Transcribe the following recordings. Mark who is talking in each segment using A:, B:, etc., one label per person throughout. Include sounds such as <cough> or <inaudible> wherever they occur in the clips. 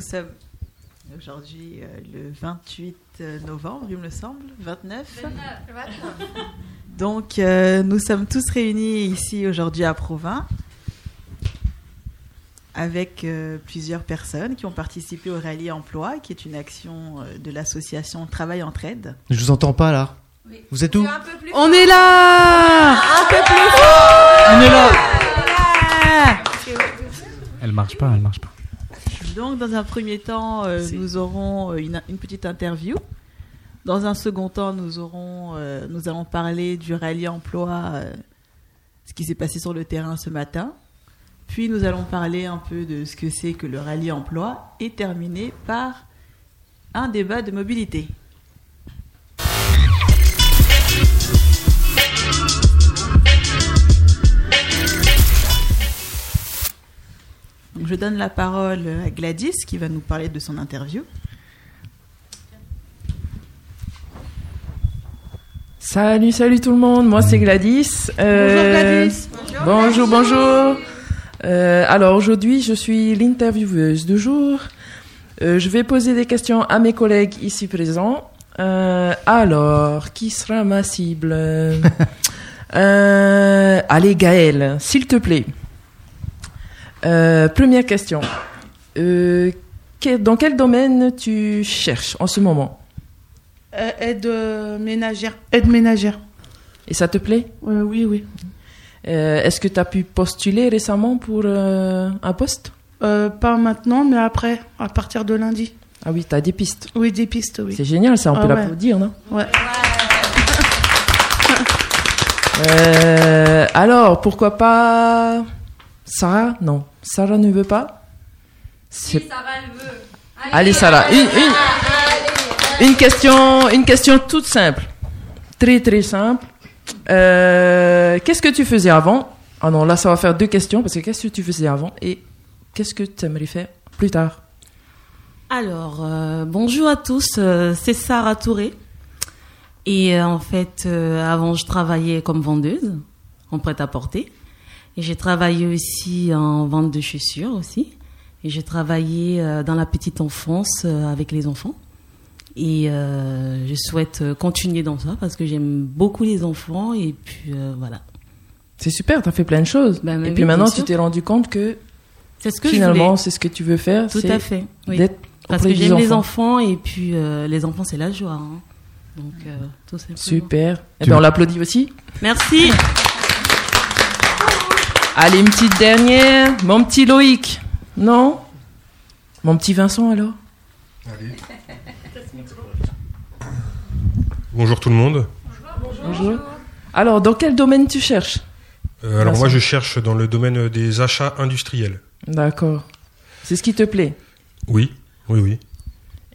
A: sommes aujourd'hui euh, le 28 novembre, il me semble, 29. Donc, euh, nous sommes tous réunis ici aujourd'hui à Provins avec euh, plusieurs personnes qui ont participé au Rallye Emploi, qui est une action euh, de l'association Travail entre Aide.
B: Je vous entends pas là. Vous êtes où
C: Un peu plus
B: On est là
A: Un peu plus
B: On est là
D: Elle marche pas, elle marche pas.
A: Donc, dans un premier temps, euh, nous aurons euh, une, une petite interview. Dans un second temps, nous, aurons, euh, nous allons parler du rallye emploi, euh, ce qui s'est passé sur le terrain ce matin. Puis, nous allons parler un peu de ce que c'est que le rallye emploi et terminer par un débat de mobilité. Donc, je donne la parole à Gladys qui va nous parler de son interview.
E: Salut, salut tout le monde, moi c'est Gladys. Euh, Bonjour, bonjour. Euh, alors aujourd'hui, je suis l'intervieweuse du jour. Euh, je vais poser des questions à mes collègues ici présents. Euh, alors, qui sera ma cible Euh, Allez, Gaël, s'il te plaît. Euh, première question. Euh, que- dans quel domaine tu cherches en ce moment
C: Euh, aide euh, ménagère. Aide ménagère.
E: Et ça te plaît
C: Euh, oui, oui.
E: Euh, Est-ce que tu as pu postuler récemment pour euh, un poste
C: Euh, pas maintenant, mais après, à partir de lundi.
E: Ah oui, tu as des pistes.
C: Oui, des pistes, oui.
E: C'est génial, ça, on
C: Ah
E: peut
C: ouais.
E: l'applaudir, non
C: Ouais.
E: Euh, alors, pourquoi pas Sarah Non, Sarah ne veut pas. C'est- Allez, Sarah, une, une, une question, une question toute simple, très très simple. Euh, qu'est-ce que tu faisais avant Ah non, là, ça va faire deux questions parce que qu'est-ce que tu faisais avant et qu'est-ce que tu aimerais faire plus tard
F: Alors, euh, bonjour à tous, euh, c'est Sarah Touré. Et euh, en fait, euh, avant, je travaillais comme vendeuse en prêt-à-porter. Et j'ai travaillé aussi en vente de chaussures aussi. Et j'ai travaillé euh, dans la petite enfance euh, avec les enfants. Et euh, je souhaite euh, continuer dans ça parce que j'aime beaucoup les enfants. Et puis euh, voilà.
E: C'est super, t'as fait plein de choses.
F: Ben, mais
E: et
F: oui,
E: puis maintenant,
F: bien
E: tu
F: sûr.
E: t'es rendu compte que,
F: C'est ce que je
E: finalement,
F: voulais.
E: c'est ce que tu veux faire,
F: Tout
E: c'est
F: à fait. oui.
E: d'être
F: Parce
E: auprès
F: que
E: des
F: j'aime les
E: enfants.
F: enfants et puis euh, les enfants c'est la joie. hein. Donc euh, tout simplement.
E: Super. Et
D: Tu
E: ben, on
D: veux-
E: l'applaudit aussi.
F: Merci.
E: Allez, une petite dernière. Mon petit Loïc. Non Mon petit Vincent, alors
G: Bonjour tout le monde.
E: Bonjour. Alors, dans quel domaine tu cherches
G: Euh, alors
E: Merci.
G: moi je cherche dans le domaine des achats industriels.
E: D'accord. C'est ce qui te plaît.
G: Oui, oui, oui.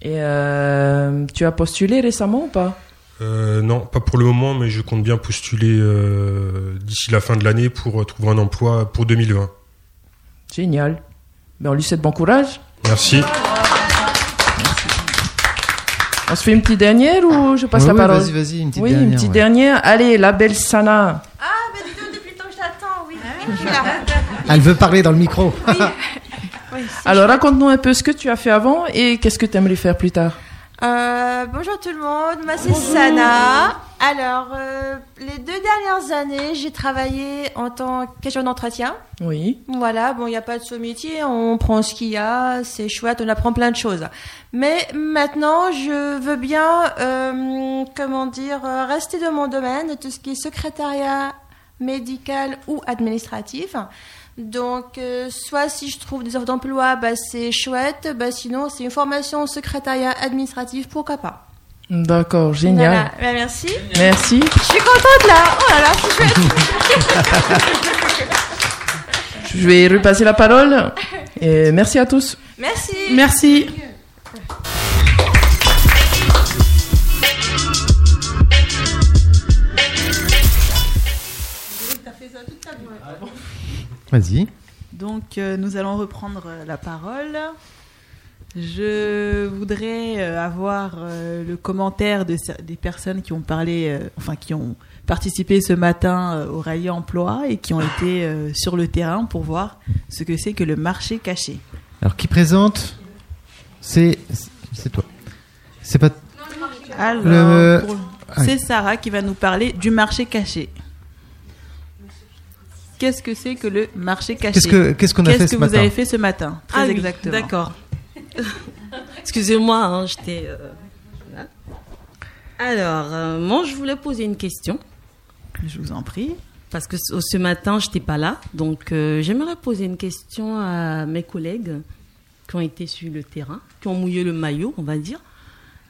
E: Et euh, tu as postulé récemment ou pas
G: Euh, non, pas pour le moment, mais je compte bien postuler euh, d'ici la fin de l'année pour euh, trouver un emploi pour 2020.
E: Génial. Ben, on lui souhaite bon courage.
G: Merci.
E: On se fait une petite dernière ou je passe
B: Ouais,
E: la
B: ouais,
E: parole
B: Vas-y, vas-y, une petite
E: Oui,
B: dernière.
E: une petite
B: ouais.
E: dernière. Allez, la belle Sana.
H: Ah
B: Elle veut parler dans le micro. <laughs>
E: Alors, raconte-nous un peu ce que tu as fait avant et qu'est-ce que tu aimerais faire plus tard.
H: <laughs> Euh, bonjour tout le monde, moi c'est Sana. Alors, euh, les deux dernières années, j'ai travaillé en tant qu'agent d'entretien.
E: Oui.
H: Voilà, bon, il n'y a pas de sous métier, on prend ce qu'il y a, c'est chouette, on apprend plein de choses. Mais maintenant, je veux bien, euh, comment dire, euh, rester dans mon domaine, tout ce qui est secrétariat médical ou administratif. Donc, euh, soit si je trouve des offres d'emploi, bah, c'est chouette, bah, sinon c'est une formation en secrétariat administratif, pourquoi pas.
E: D'accord, génial.
H: Voilà. Bah, merci. <laughs>
E: Merci.
H: Je suis contente là, oh là là, je suis chouette.
E: Je vais repasser la parole. Et merci à tous.
H: Merci.
C: Merci.
B: Vas-y.
A: Donc, euh, nous allons reprendre euh, la parole. Je voudrais euh, avoir euh, le commentaire de cer- des personnes qui ont parlé, euh, enfin qui ont participé ce matin euh, au rallye emploi et qui ont été euh, sur le terrain pour voir ce que c'est que le marché caché.
B: Alors, qui présente C'est c'est toi. C'est pas
A: Alors,
B: Le-
A: pour-
B: Ah oui.
A: c'est Sarah qui va nous parler du marché caché. Qu'est-ce que c'est que le marché caché
B: Qu'est-ce que- qu'est-ce qu'on a fait ce
A: que
B: matin
A: vous avez fait ce matin Très
F: Ah oui,
A: exactement. <laughs>
F: D'accord. Excusez-moi, hein, j'étais. euh, voilà. Alors, euh, moi, je voulais poser une question
A: Je vous en prie.
F: parce que ce ce matin, j'étais pas là, donc euh, j'aimerais poser une question à mes collègues qui ont été sur le terrain, qui ont mouillé le maillot, on va dire.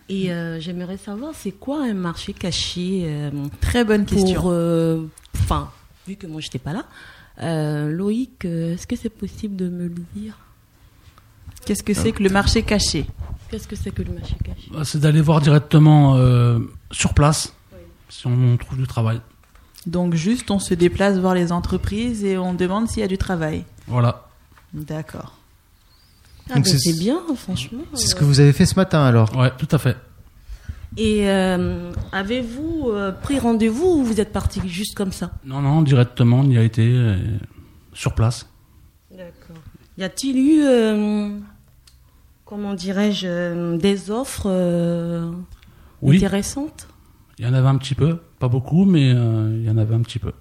F: Et euh, j'aimerais savoir, c'est quoi un marché caché euh,
A: Très bonne question.
F: pour, euh, enfin, vu que moi j'étais pas là, euh, Loïc, euh, est-ce que c'est possible de me le dire
A: Qu'est-ce que c'est que le marché caché
F: Qu'est-ce que c'est que le marché caché
I: Bah, C'est d'aller voir directement euh, sur place si on trouve du travail.
A: Donc juste, on se déplace voir les entreprises et on demande s'il y a du travail.
I: Voilà.
A: D'accord.
F: Ah,
B: Donc
F: ben,
B: c'est-
F: c'est bien, franchement. euh.
B: C'est ce que vous avez fait ce matin alors.
I: Ouais, tout à fait.
F: Et euh, avez-vous euh, pris rendez-vous ou vous êtes parti juste comme ça
I: Non, non, directement, on y a été euh, sur place.
F: D'accord. Y a-t-il eu, euh, comment dirais-je, euh, des offres euh,
I: Oui,
F: intéressantes
I: il y en avait un petit peu, pas beaucoup, mais euh, il y en avait un petit peu.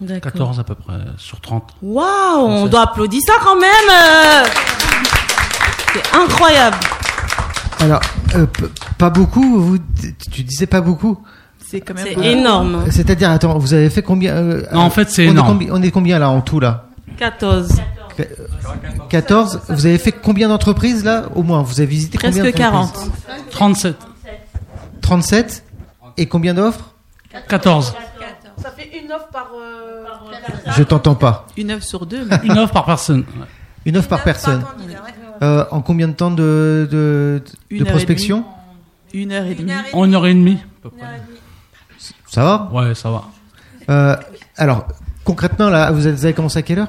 F: D'accord.
I: 14 à peu près euh, sur 30.
F: Waouh, on
I: Français.
F: doit applaudir ça quand même euh. C'est incroyable.
B: Alors euh, p- pas beaucoup. Vous t- tu disais pas beaucoup.
A: C'est quand même
F: C'est
A: beaucoup.
F: énorme.
B: C'est-à-dire attends, vous avez fait combien euh,
I: Non, en fait, c'est
B: on est
I: énorme.
B: combi- on est combien là en tout là
F: 14.
B: 14 Vous avez fait combien d'entreprises là au moins Vous avez visité combien
A: presque
B: d'entreprises
A: 40.
I: 37.
B: 37 et combien d'offres
I: 14.
C: Ça fait une offre par. euh,
B: Je t'entends pas.
A: Une œuvre
B: <laughs>
A: sur deux. mais-
I: Une offre par personne. Ouais.
B: Une offre par personne. Euh, en combien de temps de, de, de
A: Une heure et
B: prospection
A: Une heure et demie.
I: En une heure et demie. à peu près.
B: Ça va
I: Ouais, ça va.
B: Euh, Alors, concrètement, là, vous avez vous avez commencé à quelle heure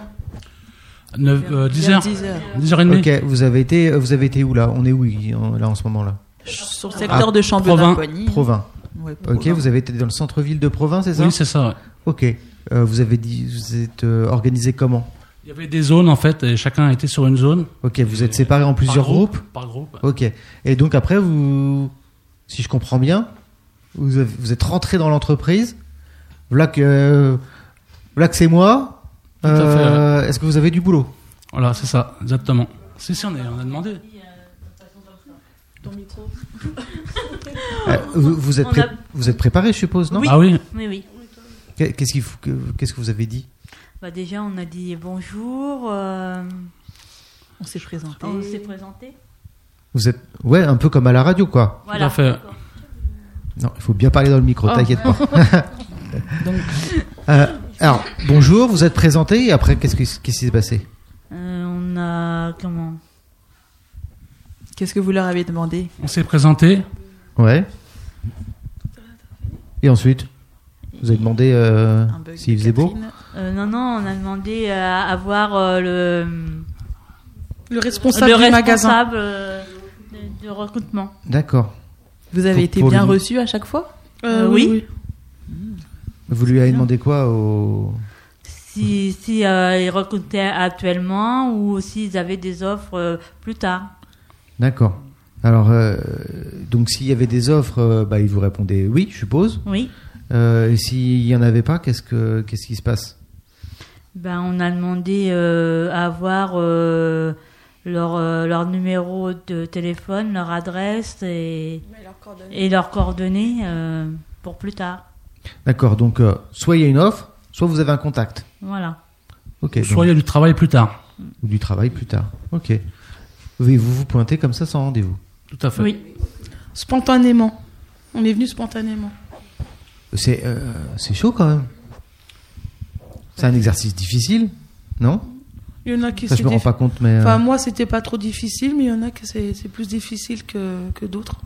I: Neuf- euh, 10
A: Vers
I: heures.
A: 10 heures.
I: 10 heures et demie.
B: Ok, vous avez été, euh, vous avez été où là On est où il- en- là en ce moment là
A: Sur le secteur de
I: Provins.
A: Chambéry.
B: Provins.
A: Ouais,
B: Ok,
A: Provins.
B: vous avez été dans le centre-ville de Provins, c'est ça
I: Oui, c'est ça. ouais.
B: Ok. Euh, vous avez dit, vous êtes euh, organisé comment
I: Il y avait des zones en fait, et chacun était sur une zone.
B: Ok, vous êtes séparés en plusieurs
I: Par groupe,
B: groupes.
I: Par groupe.
B: Ok. Et donc après, vous, si je comprends bien, vous, avez- vous êtes rentré dans l'entreprise. Voilà que, voilà que c'est moi.
I: Tout à fait,
B: Euh, Est-ce que vous avez du boulot
I: Voilà, c'est ça, exactement. Si, si, on, est- on a demandé.
B: Euh,
E: Ah
B: vous, vous êtes
J: On
B: pré-
J: a-
B: vous êtes préparé, je suppose, non
I: Ah oui,
J: Oui, oui.
B: Qu'est- Qu'est-ce qu'il faut que- qu'est-ce que vous avez dit
J: Bah déjà, on a dit bonjour, euh,
A: On s'est présenté.
J: on s'est présenté.
B: Vous êtes ouais, un peu comme à la radio, quoi.
J: Voilà.
I: à fait.
J: d'accord.
B: Non, il faut bien parler dans le micro,
A: Oh.
B: t'inquiète
J: <laughs>
B: pas. <laughs> Euh, alors bonjour, vous êtes présenté et après qu'est-ce que- qu'est-ce qui s'est passé
J: Euh, on a comment
A: Qu'est-ce que vous leur avez demandé
I: On s'est présenté.
B: Ouais. Et ensuite, vous avez demandé euh,
A: Un bug
B: s'il
A: de
B: faisait beau.
A: Catherine.
J: Euh, Non, non, on a demandé à, à voir euh, le,
C: Le responsable
J: le
C: du magasin.
J: responsable euh, de, de recrutement.
B: D'accord.
A: Vous avez
B: Pour-
A: été
B: pour
A: bien
B: les-
A: reçu à chaque fois
C: Euh,
J: Euh,
C: oui.
J: oui.
B: Vous lui avez demandé quoi au
J: Si, si euh, ils recrutaient actuellement ou s'ils avaient des offres euh, plus tard.
B: D'accord. Alors euh, donc s'il y avait des offres, euh, bah, il vous répondait oui, je suppose.
J: Oui.
B: Euh, et s'il y en avait pas, qu'est-ce que qu'est-ce qui se passe
J: Ben, on a demandé euh, à avoir euh, leur, euh, leur numéro de téléphone, leur adresse et, et leurs coordonnées euh, pour plus tard.
B: D'accord. Donc euh, soit il y a une offre, soit vous avez un contact.
J: Voilà.
B: Ok. donc,
I: Soit il y a du travail plus tard.
B: ou du travail plus tard. Ok. Et vous vous pointez comme ça sans rendez-vous.
I: Tout à fait.
J: Oui.
C: Spontanément. On est venu spontanément.
B: C'est euh, c'est chaud quand même. C'est un exercice difficile, non
C: Il y en a qui
B: Ça, je
C: c'est
B: me rends
C: diffi-
B: pas compte, mais euh,
C: Enfin, moi, c'était pas trop difficile, mais il y en a que c'est c'est plus difficile que, que d'autres.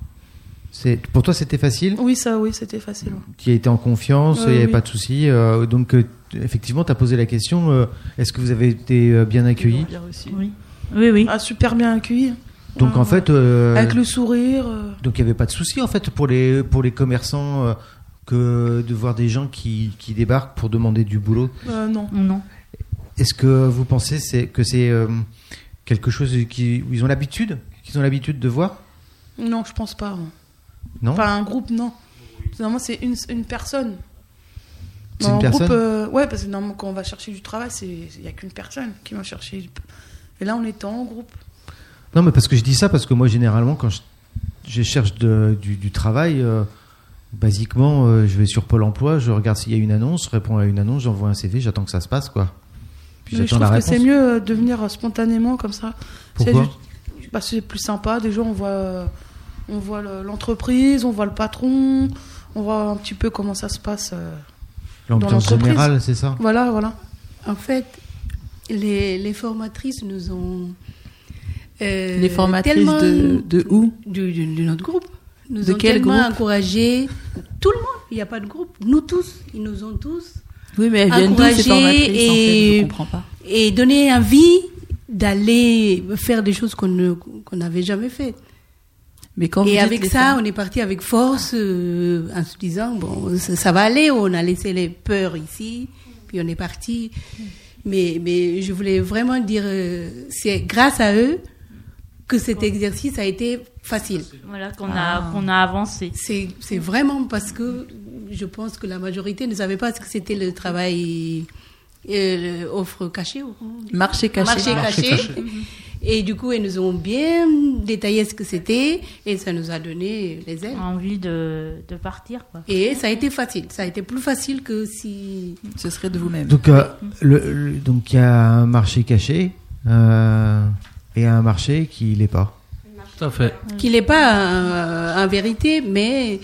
B: c'est pour toi c'était facile.
C: Oui, ça, oui, c'était facile. ouais.
B: Tu as été en confiance, il
C: Oui,
B: n'y avait
C: oui.
B: pas de souci. euh, donc euh, t- effectivement, tu as posé la question euh, est-ce que vous avez été euh, bien accueilli
A: Bien reçu.
J: Oui. Oui, oui.
C: Ah, super bien accueilli.
B: Donc en
C: Ouais,
B: fait, euh,
C: ouais. Avec le sourire. euh,
B: donc il n'y avait pas de souci en fait pour les pour les commerçants euh, que de voir des gens qui, qui débarquent pour demander du boulot.
C: euh, non.
J: Non.
B: Est-ce que vous pensez c'est que c'est euh, quelque chose qui où ils ont l'habitude qu'ils ont l'habitude de voir
C: Non, je pense pas. hein.
B: Non
C: Enfin, un groupe, non. Normalement, c'est une, une personne.
B: C'est une
C: un
B: personne
C: groupe, euh, ouais, parce que normalement, quand on va chercher du travail, c'est- il n'y a qu'une personne qui va chercher. du- Et là, on est en groupe.
B: Non, mais parce que je dis ça, parce que moi, généralement, quand je, je cherche de- du, du travail, euh, basiquement, euh, je vais sur Pôle emploi, je regarde s'il y a une annonce, je réponds à une annonce, j'envoie un CV, j'attends que ça se passe, quoi. Puis
C: Mais je
B: j'attends
C: trouve
B: la
C: que
B: réponse.
C: c'est mieux euh, de venir euh, spontanément comme ça. C'est
B: Pourquoi
C: juste- bah, C'est plus sympa. Déjà, on voit, euh, on voit le- l'entreprise, on voit le patron, on voit un petit peu comment ça se passe. euh. dans
B: L'ambiance
C: l'entreprise.
B: générale, c'est ça
C: Voilà, voilà.
K: En fait, les, les formatrices nous ont. euh,
L: Les formatrices
K: tellement-
L: de- de où
K: du, du- de notre groupe. Nous
L: De
K: ont
L: quel
K: tellement
L: groupe
K: encouragés. Tout le monde, il n'y a pas de groupe. Nous tous, ils nous ont tous.
L: Oui, mais elles viennent d'où, ces
K: encouragés
L: formatrices, en fait Je
K: et,
L: comprends pas.
K: Et donné envie d'aller faire des choses qu'on ne- qu'on n'avait jamais faites.
L: Mais quand vous
K: et
L: dites
K: avec
L: les
K: ça, on est parti avec force euh, en se disant bon, ça, ça va aller. On a laissé les peurs ici, puis on est parti. Mais, mais je voulais vraiment dire, euh, c'est grâce à eux que cet exercice a été facile.
J: Voilà, qu'on a- Ah. qu'on a avancé.
K: C'est c'est vraiment parce que je pense que la majorité ne savait pas ce que c'était le travail euh, offre cachée. ou comment on dit
L: Marché caché.
K: Marché
L: Marché
K: caché.
L: caché.
K: Et du coup, ils nous ont bien détaillé ce que c'était et ça nous a donné les ailes.
J: Envie de, de partir, quoi.
K: Et ça a été facile. Ça a été plus facile que si.
L: Ce serait de vous-même.
B: Donc, euh, le- le- donc il y a un marché caché euh, et un marché qui l'est pas.
I: Tout à fait.
K: Qu'il n'est pas euh, en vérité, mais,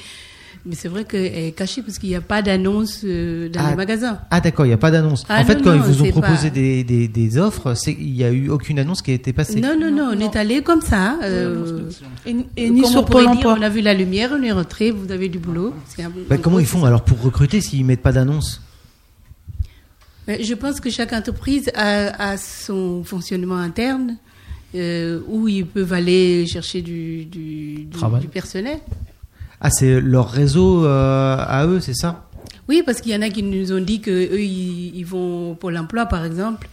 K: mais c'est vrai que est caché parce qu'il n'y a pas d'annonce euh, dans
B: Ah,
K: les magasins.
B: Ah d'accord, il n'y a pas d'annonce.
K: Ah
B: en fait,
K: non,
B: quand
K: non,
B: ils vous ont
K: c'est
B: proposé
K: pas-
B: des, des, des offres, c'est- il n'y a eu aucune annonce qui a été passée.
K: Non, non, non, on est allé comme ça. euh,
C: et, ni
K: comme
C: sur
K: on pourrait
C: Pôle
K: dire, Ah,
C: emploi.
K: On a vu la lumière, on est rentré, vous avez du boulot. C'est un-
B: Bah,
K: en
B: comment
K: gros,
B: ils font alors pour recruter s'ils mettent pas d'annonce
K: Mais Je pense que chaque entreprise a, a son fonctionnement interne euh, où ils peuvent aller chercher du, du- du-
B: Travail.
K: du personnel.
B: Ah, c'est leur réseau euh, à eux, c'est ça
K: Oui, parce qu'il y en a qui nous ont dit que eux, ils, ils vont pour l'emploi, par exemple.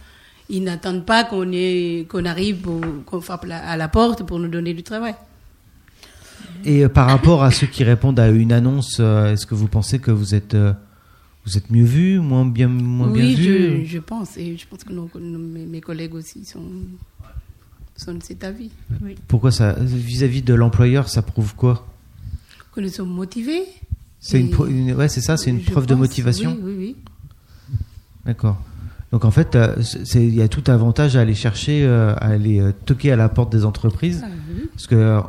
K: Ils n'attendent pas qu'on ait- qu'on arrive, pour- qu'on frappe la- à la porte pour nous donner du travail.
B: Et euh, par rapport à ceux qui répondent à une annonce, euh, est-ce que vous pensez que vous êtes euh, vous êtes mieux vu, moins bien moins bien
K: oui,
B: vu
K: je, je pense. Et je pense que nos- nos- mes, mes collègues aussi sont, sont de cet avis.
B: Pourquoi ça Vis-à-vis de l'employeur, ça prouve quoi
K: Que nous sommes motivés.
B: C'est une,
K: Et
B: pro- une- ouais, c'est ça, c'est une
K: je
B: preuve de
K: pense,
B: motivation.
K: Oui, oui, oui.
B: D'accord. Donc en fait, euh, c'est- c'est- il y a tout avantage à aller chercher, euh, à aller euh, toquer à la porte des entreprises,
K: Ah oui.
B: parce que euh,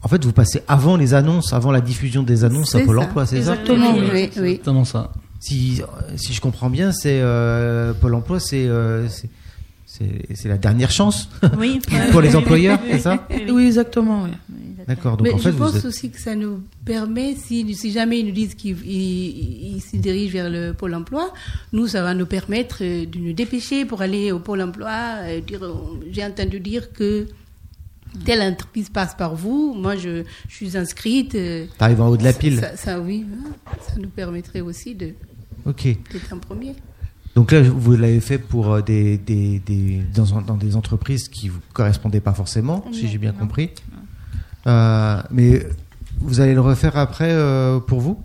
B: en fait, vous passez avant les annonces, avant la diffusion des annonces à
K: C'est
B: Pôle
K: ça.
B: Emploi, c'est ça
K: Exactement, Oui, oui, oui.
I: Exactement ça.
B: Si, si je comprends bien, c'est euh, Pôle Emploi, c'est euh, c'est- c'est c'est la dernière chance
C: Euh, Oui.
B: <laughs> pour les employeurs, c'est ça
C: Oui, exactement. oui.
B: D'accord. Donc
K: Mais
B: en fait,
K: je
B: vous
K: pense
B: êtes-
K: aussi que ça nous permet, si, si jamais ils nous disent qu'ils ils- ils se dirigent vers le Pôle emploi, nous, ça va nous permettre euh, de nous dépêcher pour aller au Pôle emploi. euh, dire, euh, J'ai entendu dire que telle entreprise passe par vous, moi, je, je suis inscrite. euh,
B: T'arrives en haut de la pile.
K: Ça, ça, oui, hein, ça nous permettrait aussi de-
B: Ok.
K: d'être en premier.
B: Donc là, vous l'avez fait pour euh, des, des, des- dans, dans des entreprises qui vous correspondaient pas forcément, si j'ai bien compris. Euh, mais vous allez le refaire après euh, pour vous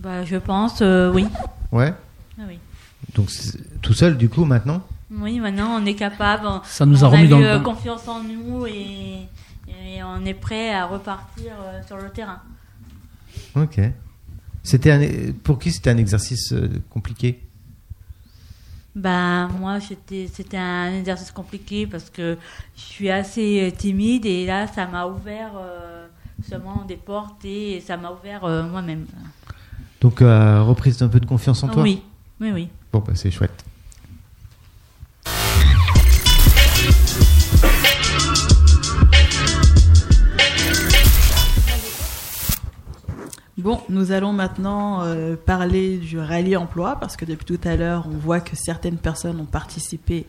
J: Bah, je pense, euh, oui.
B: Ouais.
J: Ah oui.
B: Donc c'est- tout seul, du coup, maintenant
J: Oui, maintenant on est capable.
I: Ça nous a
J: on
I: remis
J: eu,
I: dans le
J: euh,
I: bain.
J: confiance en nous et, et on est prêt à repartir euh, sur le terrain.
B: Ok. C'était un- pour qui c'était un exercice euh, compliqué
J: Bah moi j'étais- c'était un exercice compliqué parce que je suis assez euh, timide et là ça m'a ouvert euh, seulement des portes et ça m'a ouvert euh, moi-même.
B: Donc euh, reprise d'un peu de confiance en toi
J: Ah Oui, oui, oui.
B: Bon, bah, c'est chouette.
A: Bon, nous allons maintenant euh, parler du rallye emploi parce que depuis tout à l'heure, on voit que certaines personnes ont participé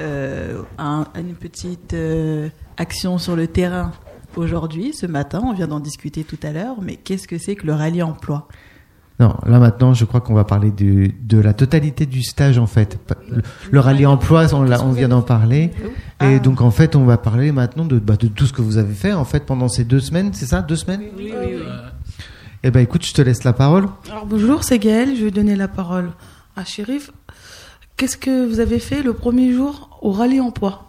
A: euh, à, un- à une petite euh, action sur le terrain aujourd'hui, ce matin. On vient d'en discuter tout à l'heure, mais qu'est-ce que c'est que le rallye emploi
B: Non, là maintenant, je crois qu'on va parler de, de la totalité du stage en fait. Pa- Le, le rallye emploi, on, l'a- on vient d'en parler.
C: Ah.
B: Et donc en fait, on va parler maintenant de, bah, de tout ce que vous avez fait en fait pendant ces deux semaines, c'est ça Deux semaines
C: Oui, oui, oui.
B: Eh ben écoute, je te laisse la parole.
C: Alors bonjour, c'est Gaëlle. Je vais donner la parole à Shérif. Qu'est-ce que vous avez fait le premier jour au rallye emploi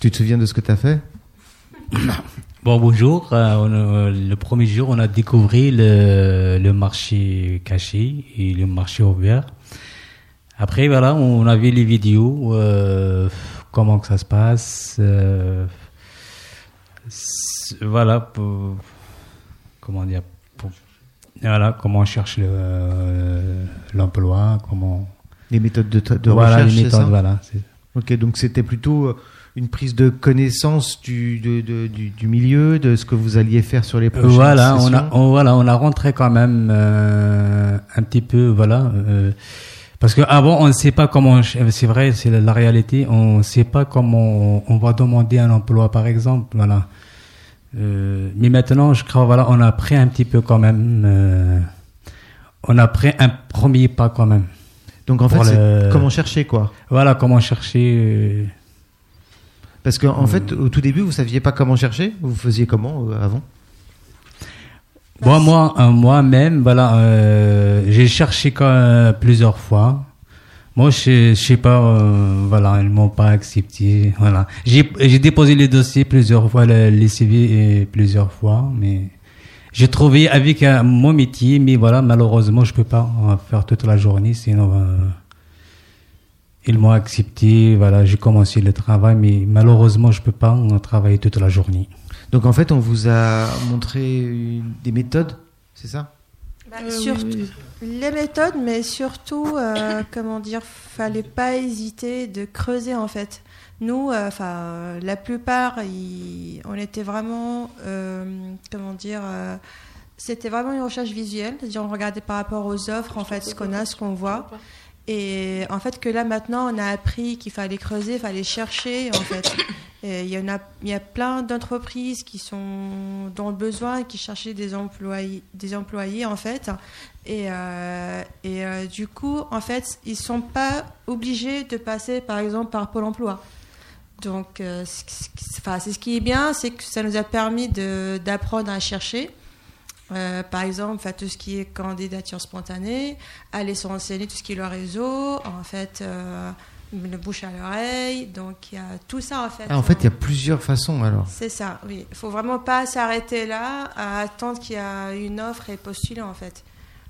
B: Tu te souviens de ce que tu as fait
D: <coughs> Bon, bonjour. Euh, on, euh, le premier jour, on a découvert le, le marché caché et le marché ouvert. Après, voilà, on a vu les vidéos, euh, comment que ça se passe. euh, c'est- voilà, pour- comment dire, pour- voilà, comment on cherche le, euh, l'emploi, comment...
B: Les méthodes de, tra- de
D: Voilà,
B: recherche,
D: les
B: c'est ça
D: méthodes, voilà. c'est-
B: Ok, donc c'était plutôt euh, une prise de connaissance du, de- de- du, du milieu, de ce que vous alliez faire sur les prochaines
D: voilà, on
B: sessions.
D: a, on- voilà, on a rentré quand même euh, un petit peu, voilà, euh, parce que avant on ne sait pas comment, on- c'est vrai, c'est la, la réalité, on ne sait pas comment on, on va demander un emploi, par exemple, voilà. Euh, mais maintenant, je crois, voilà, on a pris un petit peu quand même, euh, on a pris un premier pas quand même.
B: Donc en fait,
D: Pour
B: c'est
D: le-
B: comment chercher quoi
D: Voilà, comment chercher. euh,
B: Parce qu'en en fait, au tout début, vous saviez pas comment chercher Vous faisiez comment euh, avant
D: Bon, moi, euh, moi-même, voilà, euh, j'ai cherché quand, euh, plusieurs fois. Moi, je, je sais pas, euh, voilà, ils m'ont pas accepté, voilà. J'ai, j'ai déposé les dossiers plusieurs fois, le- les CV euh, plusieurs fois, mais j'ai trouvé avec euh, mon métier, mais voilà, malheureusement, je peux pas en faire toute la journée, sinon euh, ils m'ont accepté, voilà, j'ai commencé le travail, mais malheureusement, je peux pas en travailler toute la journée.
B: Donc en fait, on vous a montré une- des méthodes, c'est ça
H: Bah, surtout- Les méthodes, mais surtout, euh, <coughs> comment dire, fallait pas hésiter de creuser en fait. Nous, euh, enfin, euh, la plupart, ils- on était vraiment, euh, comment dire, euh, c'était vraiment une recherche visuelle, c'est-à-dire on regardait par rapport aux offres en fait, ce qu'on a, ce qu'on voit. Et en fait, que là maintenant, on a appris qu'il fallait creuser, il fallait chercher en fait. <coughs> Et il y en a, il y a plein d'entreprises qui sont dans le besoin, qui cherchaient des employés, des employés en fait. Et, euh, et euh, du coup, en fait, ils sont pas obligés de passer, par exemple, par Pôle Emploi. Donc, euh, c- c- c'est enfin, c'est ce qui est bien, c'est que ça nous a permis de- d'apprendre à chercher. Euh, par exemple, faire tout ce qui est candidature spontanée, aller se renseigner, tout ce qui est le réseau, en fait, euh, le bouche à l'oreille. Donc, il y a tout ça, en fait.
B: Ah, en fait, il y a plusieurs façons alors.
H: C'est ça, oui. Il faut vraiment pas s'arrêter là, à attendre qu'il y a une offre et postuler en fait.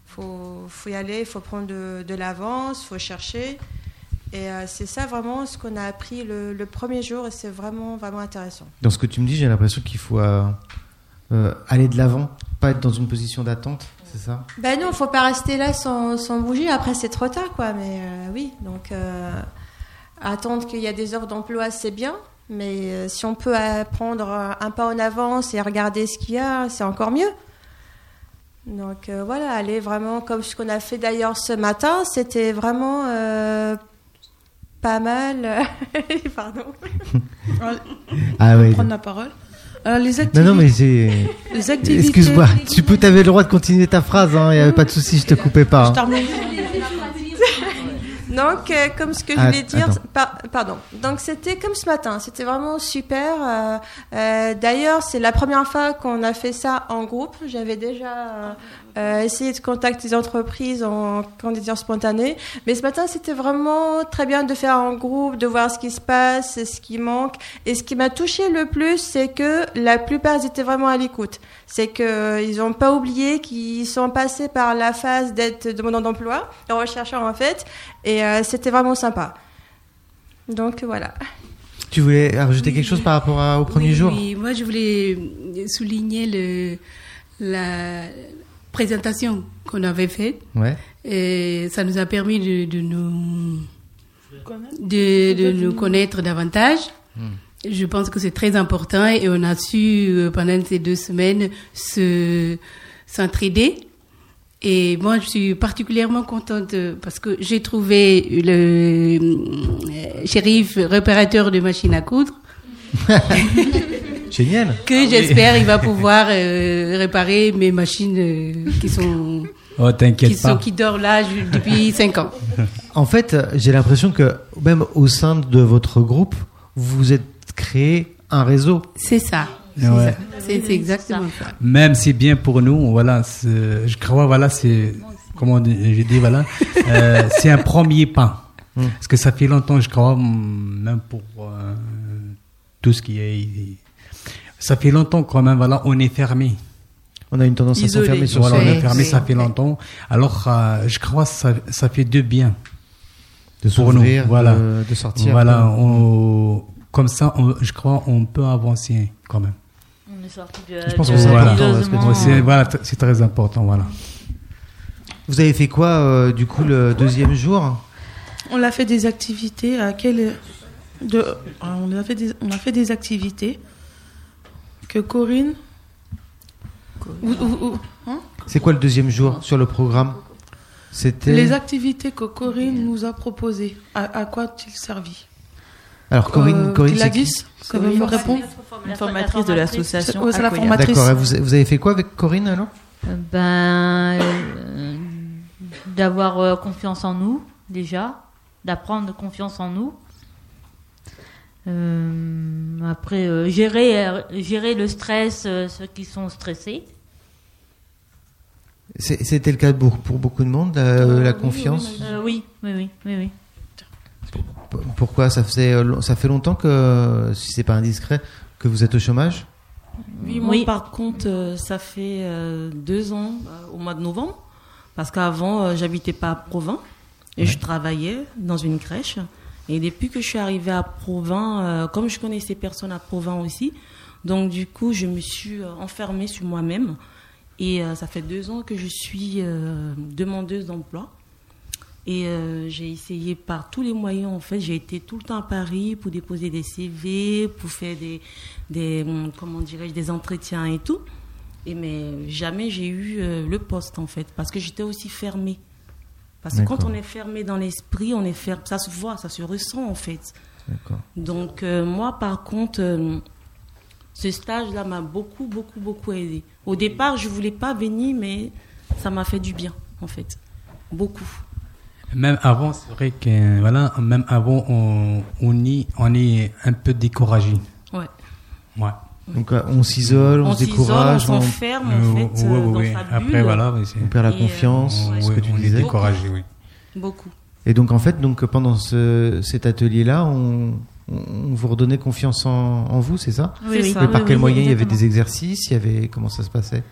H: faut, faut y aller, il faut prendre de, de l'avance, faut chercher. Et euh, c'est ça vraiment ce qu'on a appris le, le premier jour et c'est vraiment, vraiment intéressant.
B: Dans ce que tu me dis, j'ai l'impression qu'il faut euh, euh, aller de l'avant, pas être dans une position d'attente, c'est ça
H: Ben non, faut pas rester là sans, sans bouger. Après, c'est trop tard, quoi. Mais euh, oui, donc euh, attendre qu'il y a des offres d'emploi, c'est bien. Mais euh, si on peut euh, prendre euh, un pas en avance et regarder ce qu'il y a, c'est encore mieux. Donc euh, voilà, aller vraiment comme ce qu'on a fait d'ailleurs ce matin, c'était vraiment euh, pas mal. <laughs> Pardon.
B: Ah ouais.
C: Prendre la parole. Alors, les
B: Non,
C: activités.
B: non, mais c'est.
C: <laughs> Les activités.
B: Excuse-moi, tu peux, t'avais le droit de continuer ta phrase, hein, il n'y avait pas de souci, je te coupais pas. hein.
C: Je t'en remets.
H: Donc, euh, comme ce que je
B: Ah,
H: voulais dire,
B: attends.
H: par- pardon. Donc, c'était comme ce matin, c'était vraiment super. euh, euh, D'ailleurs, c'est la première fois qu'on a fait ça en groupe. J'avais déjà euh, euh, essayé de contacter des entreprises en candidature spontanée, mais ce matin, c'était vraiment très bien de faire en groupe, de voir ce qui se passe, ce qui manque. Et ce qui m'a touché le plus, c'est que la plupart ils étaient vraiment à l'écoute. C'est que euh, ils n'ont pas oublié qu'ils sont passés par la phase d'être demandant d'emploi, rechercheur en fait, et euh, c'était vraiment sympa. Donc voilà.
B: Tu voulais rajouter quelque chose par rapport à- au premier
K: Oui,
B: jour
K: oui. moi je voulais souligner le, la présentation qu'on avait faite.
B: Ouais.
K: Et ça nous a permis de, de nous, de, de nous connaître davantage.
E: Hmm.
K: Je pense que c'est très important et on a su euh, pendant ces deux semaines se s'entraider. Et moi, je suis particulièrement contente euh, parce que j'ai trouvé le euh, shérif reparateur de machines à coudre.
B: Génial.
D: Ah
K: que j'espère
D: <laughs>
K: il va pouvoir euh, réparer mes machines euh, qui sont
D: Oh,
K: qui,
D: t'inquiète
K: sont,
D: pas.
K: qui dorment là ju-
D: <laughs>
K: depuis 5 ans.
B: En fait, euh, j'ai l'impression que même au sein de votre groupe, vous êtes créé un réseau.
K: C'est ça.
D: Ouais. ça.
K: C'est c'est exactement ça.
D: Même si bien pour nous, voilà, c'est- je crois, voilà, c'est, comment on dit- je dis,
B: <laughs>
D: voilà, euh, c'est un premier pas.
B: Hmm.
D: Parce que ça fait longtemps, je crois, hum, même pour euh, tout ce qui est. Ça fait longtemps quand même, voilà, on est fermé.
B: On a une tendance
D: à
B: à s'enfermer sur
D: voilà,
B: soi-même.
D: on est fermé,
B: Oui.
D: ça fait longtemps. Alors, euh, je crois, que ça, ça fait deux biens.
B: De
D: pour nous,
B: s'ouvrir,
D: voilà.
B: de- de sortir. Hmm.
D: Voilà, on- comme ça, on- je crois, on peut avancer quand même.
J: On est sorti de.
B: Je pense
J: de-
B: que c'est important,
J: de-
B: ouais, ce que tu
D: Ouais,
B: dis.
D: c'est- voilà, t- c'est très important, voilà.
B: Vous avez fait quoi euh, du coup le deuxième jour
C: On a fait des activités à quelle de ah, on a fait des on a fait des activités que Corinne Ou- ou- ou- hein
B: C'est quoi le deuxième jour sur le programme C'était
C: les activités que Corinne nous a proposées. À, à quoi a-t-il servi
B: Alors Corinne,
C: Euh,
B: Corinne c'est qui
C: Gladys, ça veut me répondre
A: Une formatrice de l'association.
C: Ouais, c'est la
A: Akoya.
C: formatrice.
B: D'accord. et Vous, vous avez fait quoi avec Corinne alors
J: Euh, Ben, euh, d'avoir euh, confiance en nous déjà, d'apprendre confiance en nous. Euh, après, euh, gérer, euh, gérer le stress, euh, ceux qui sont stressés.
B: C'est- C'était le cas pour, pour beaucoup de monde la, la confiance.
J: Euh, oui, oui, oui, oui, oui.
B: P- Pourquoi ça faisait euh, long- ça fait longtemps que si c'est pas indiscret que vous êtes au chômage
F: Oui, moi, par contre, euh, ça fait euh, deux ans euh, au mois de novembre, parce qu'avant, euh, j'habitais pas à Provins et je travaillais dans une crèche. Et depuis que je suis arrivée à Provins, euh, comme je connaissais personne à Provins aussi, donc du coup, je me suis euh, enfermée sur moi-même. Et euh, ça fait deux ans que je suis euh, demandeuse d'emploi. Et euh, j'ai essayé par tous les moyens, en fait. J'ai été tout le temps à Paris pour déposer des CV, pour faire des, des hum, comment dirais-je, des entretiens et tout. Et mais jamais j'ai eu euh, le poste, en fait, parce que j'étais aussi fermée. Parce que quand
J: D'accord.
F: on est fermé dans l'esprit, on est fermé, ça se voit, ça se ressent, en fait.
B: D'accord.
F: Donc, euh, moi, par contre, euh, ce stage-là m'a beaucoup, beaucoup, beaucoup aidé. Au départ, je voulais pas venir, mais ça m'a fait du bien, en fait. Beaucoup.
D: Même avant, c'est vrai que euh, voilà, même avant, on, on, y- on est un peu découragé.
F: Ouais.
K: <laughs>
D: Ouais.
B: Donc euh, on s'isole, on,
F: On
B: se
F: s'isole,
B: décourage,
F: on s'enferme, en fait, euh, dans sa bulle.
D: Après, voilà, oui, c'est-
B: on perd la
F: Et, euh,
B: confiance,
F: ouais.
B: ce que tu
D: on est
B: disais.
D: découragé, oui.
F: Beaucoup.
B: Et donc en fait donc pendant ce, cet atelier là on, on vous redonnait confiance en, en vous, c'est ça
A: Oui, C'est oui. ça.
B: Mais par
A: Oui,
B: quel
A: oui,
B: moyen il y avait
A: exactement.
B: des exercices, il y avait comment ça se passait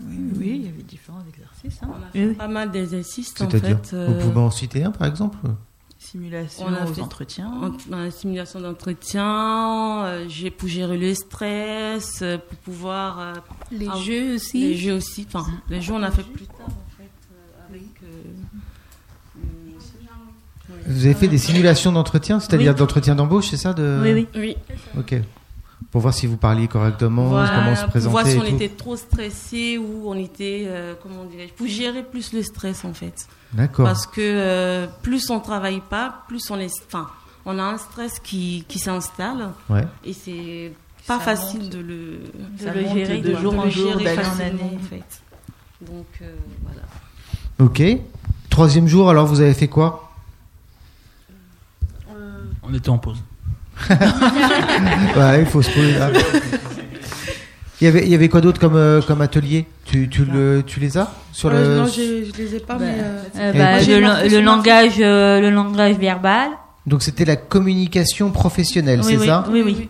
A: Oui, oui, il y avait différents exercices. hein.
F: On a fait pas mal d'exercices, en
B: C'est-à-dire
F: fait. euh,
B: Vous pouvez en citer un par exemple
A: Simulation
F: on a
A: aux
F: fait
A: entretiens.
F: en- euh, simulation d'entretien, euh, j'ai- pour gérer le stress, euh, pour pouvoir... euh,
K: Les
F: av-
K: jeux aussi.
F: Les jeux aussi. Enfin, les jeux, on a fait plus tard, en fait, euh, avec... euh,
B: Vous avez fait des simulations d'entretien, c'est-à-dire
F: Oui.
B: d'entretien d'embauche, c'est ça de...
F: Oui, oui. Oui.
B: Ok. Pour voir si vous parliez correctement, comment on se
F: pour voir
B: présentait
F: si
B: et
F: on
B: tout.
F: était trop stressé ou on était, euh, comment dirais-je, pour gérer plus le stress en fait.
B: D'accord.
F: Parce que euh, plus on travaille pas, plus on est, enfin, on a un stress qui, qui s'installe.
B: Ouais.
F: Et c'est pas
A: Ça
F: facile
A: monte.
F: de le,
A: De
F: ça
A: le
F: monte
A: gérer,
F: de
A: de
F: jour
A: le
F: en jour,
A: gérer
F: d'année en
A: facilement,
F: année
A: en
F: en fait. Donc euh, voilà.
B: Ok. Troisième jour, alors vous avez fait quoi
I: Euh. On était en pause.
B: <laughs> Ouais, il faut se poser là. Il y avait, il y avait quoi d'autre comme, euh, comme atelier tu, tu, le, tu les as sur
C: Ouais,
B: le...
C: Euh, non, j'ai- je les ai pas, mais euh,
J: Euh,
B: Et
J: bah,
B: puis-
J: le,
B: J'ai marqué
J: le
B: sur ma-
J: langage, euh, le langage verbal.
B: Donc c'était la communication professionnelle,
J: Oui,
B: c'est
J: oui,
B: ça
J: oui, oui.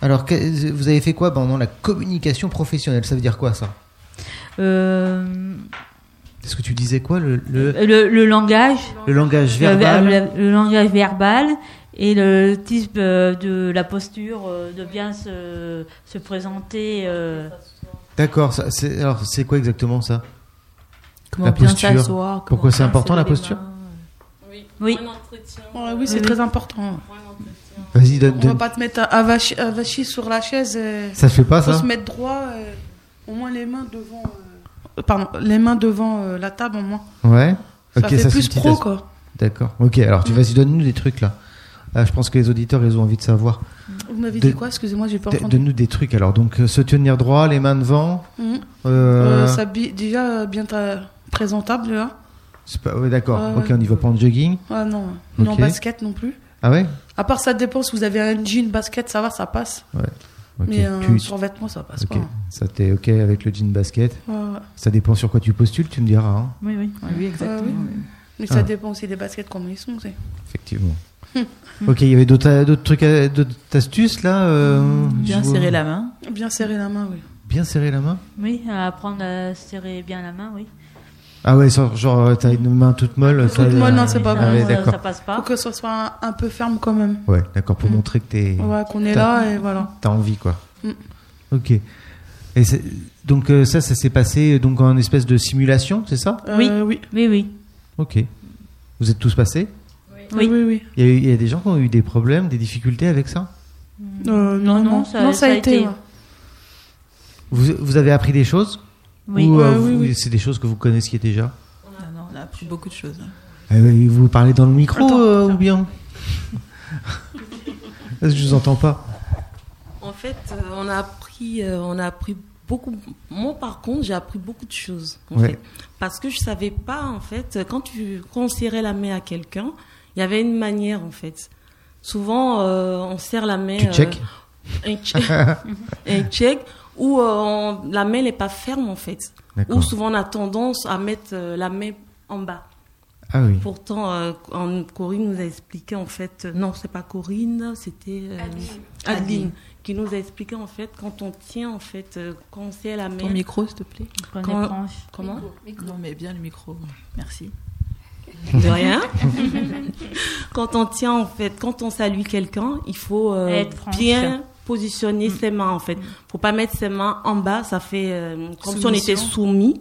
B: Alors que- vous avez fait quoi pendant la communication professionnelle Ça veut dire quoi ça
J: Euh,
B: Est-ce que tu disais quoi le, le,
J: le, le langage.
B: le langage verbal
J: Le, le- le langage verbal et le type euh, de la posture, euh, de bien se, se présenter. euh,
B: D'accord, ça, c'est, alors c'est quoi exactement ça
J: Comment bien s'asseoir, comment
B: Pourquoi c'est
J: bien
B: important
J: serrer
B: la
J: les
B: posture
J: Oui.
C: ouais, Ah oui, c'est
J: Oui.
C: très important.
B: Vas-y, donne.
C: On va
B: donne.
C: pas te mettre à- avachi, avachi sur la chaise. euh,
B: Ça se fait pas,
C: faut
B: ça
C: se mettre droit, euh, au moins les mains devant. euh, pardon, les mains devant euh, la table au moins.
B: Ouais.
C: Ça
B: ok,
C: fait
B: c'est
C: plus
B: une petite
C: pro
B: astuce.
C: quoi. Mm.
B: D'accord. Ok, alors tu vas-y, donne-nous des trucs là. Ah, je pense que les auditeurs, ils ont envie de savoir.
C: Vous m'avez
B: De-
C: dit quoi Excusez-moi, j'ai pas
B: de-
C: entendu.
B: Donne-nous des trucs. Alors, donc, euh, se tenir droit, les mains devant.
C: Mhm.
B: Euh,
C: Euh, s'habille déjà euh, bien tra- présentable, hein. là.
B: c'est pas- ouais, D'accord.
C: Ah,
B: ok,
C: ouais.
B: on n'y va pas en jogging.
C: Ah non, ni en
B: Ok.
C: basket non plus.
B: Ah ouais
C: À part ça dépend si vous avez un jean basket, ça va, ça passe.
B: Ouais. Ok.
C: Mais un
B: Tu-
C: survêtement, ça passe
B: Ok.
C: pas. hein.
B: Ça t'es ok avec le jean basket.
C: Ouais, ouais.
B: Ça dépend sur quoi tu postules, tu me diras. hein.
J: Oui, oui.
A: Oui, exactement.
C: Ah oui. Mais
B: Ah.
C: ça dépend aussi des baskets, comment ils sont. c'est-
B: Effectivement. <laughs>
C: Mm.
B: ok, il y avait d'autres euh, d'autres trucs, euh, d'autres astuces là. euh,
A: Bien
B: je vois-
A: serrer la main.
C: Bien serrer la main, oui.
B: Bien serrer la main.
J: Oui, à apprendre à serrer bien la main, oui.
B: Ah ouais, sans- genre euh, t'as une main toute molle. ça-
C: Toute molle, non, c'est pas euh,
B: Ah
C: bon.
B: ouais,
C: ouais.
B: d'accord.
C: Faut que ce soit un, un peu ferme quand même.
B: Ouais, d'accord, pour montrer que t'es.
C: Mm. Ouais, qu'on est
B: t'as-
C: là et voilà.
B: T'as envie quoi.
C: Mm.
B: Ok. Et c'est- donc euh, ça, ça s'est passé euh, donc en espèce de simulation, c'est ça
C: Euh, oui.
J: Oui, oui.
B: Ok. Vous êtes tous passés
J: Oui.
C: oui, oui.
B: Il y, a eu- il y a des gens qui ont eu des problèmes, des difficultés avec ça
C: Euh, non, non,
J: non, ça- ça a été.
C: ouais.
B: vous, vous avez appris des choses
J: Oui.
B: Ou,
J: Euh,
B: vous-
J: oui, oui.
B: c'est des choses que vous connaissiez déjà
F: Ah
A: Non, non, on a appris beaucoup de choses.
B: Eh oui, Vous parlez dans le micro euh, ou <laughs> bien Je vous entends pas.
F: En fait, euh, on a appris, euh, on a appris beaucoup. Moi, par contre, j'ai appris beaucoup de choses. en
B: Ouais.
F: fait. parce que je savais pas, en fait, quand tu quand on serrait la main à quelqu'un, il y avait une manière, en fait. Souvent, euh, on serre la main.
B: Tu
F: euh,
B: check
F: un check, <laughs> un check où euh, on- la main n'est pas ferme, en fait.
B: D'accord.
F: Ou souvent, on a tendance à mettre euh, la main en bas.
B: Ah oui.
F: Pourtant, euh, en- Corinne nous a expliqué en fait, euh, non, c'est pas Corinne, c'était euh, Adeline.
L: Adeline.
F: qui nous a expliqué en fait quand on tient en fait, euh, quand on serre la main.
L: Ton micro, s'il te plaît.
F: Quand- Comment
A: Non, mais bien le micro. Merci.
F: De rien. <laughs> quand on tient en fait, quand on salue quelqu'un, il faut euh,
J: Être franche.
F: bien positionner ses mains en fait. Faut pas mettre ses mains en bas, ça fait euh, comme si on était
J: Soumission.
F: soumis.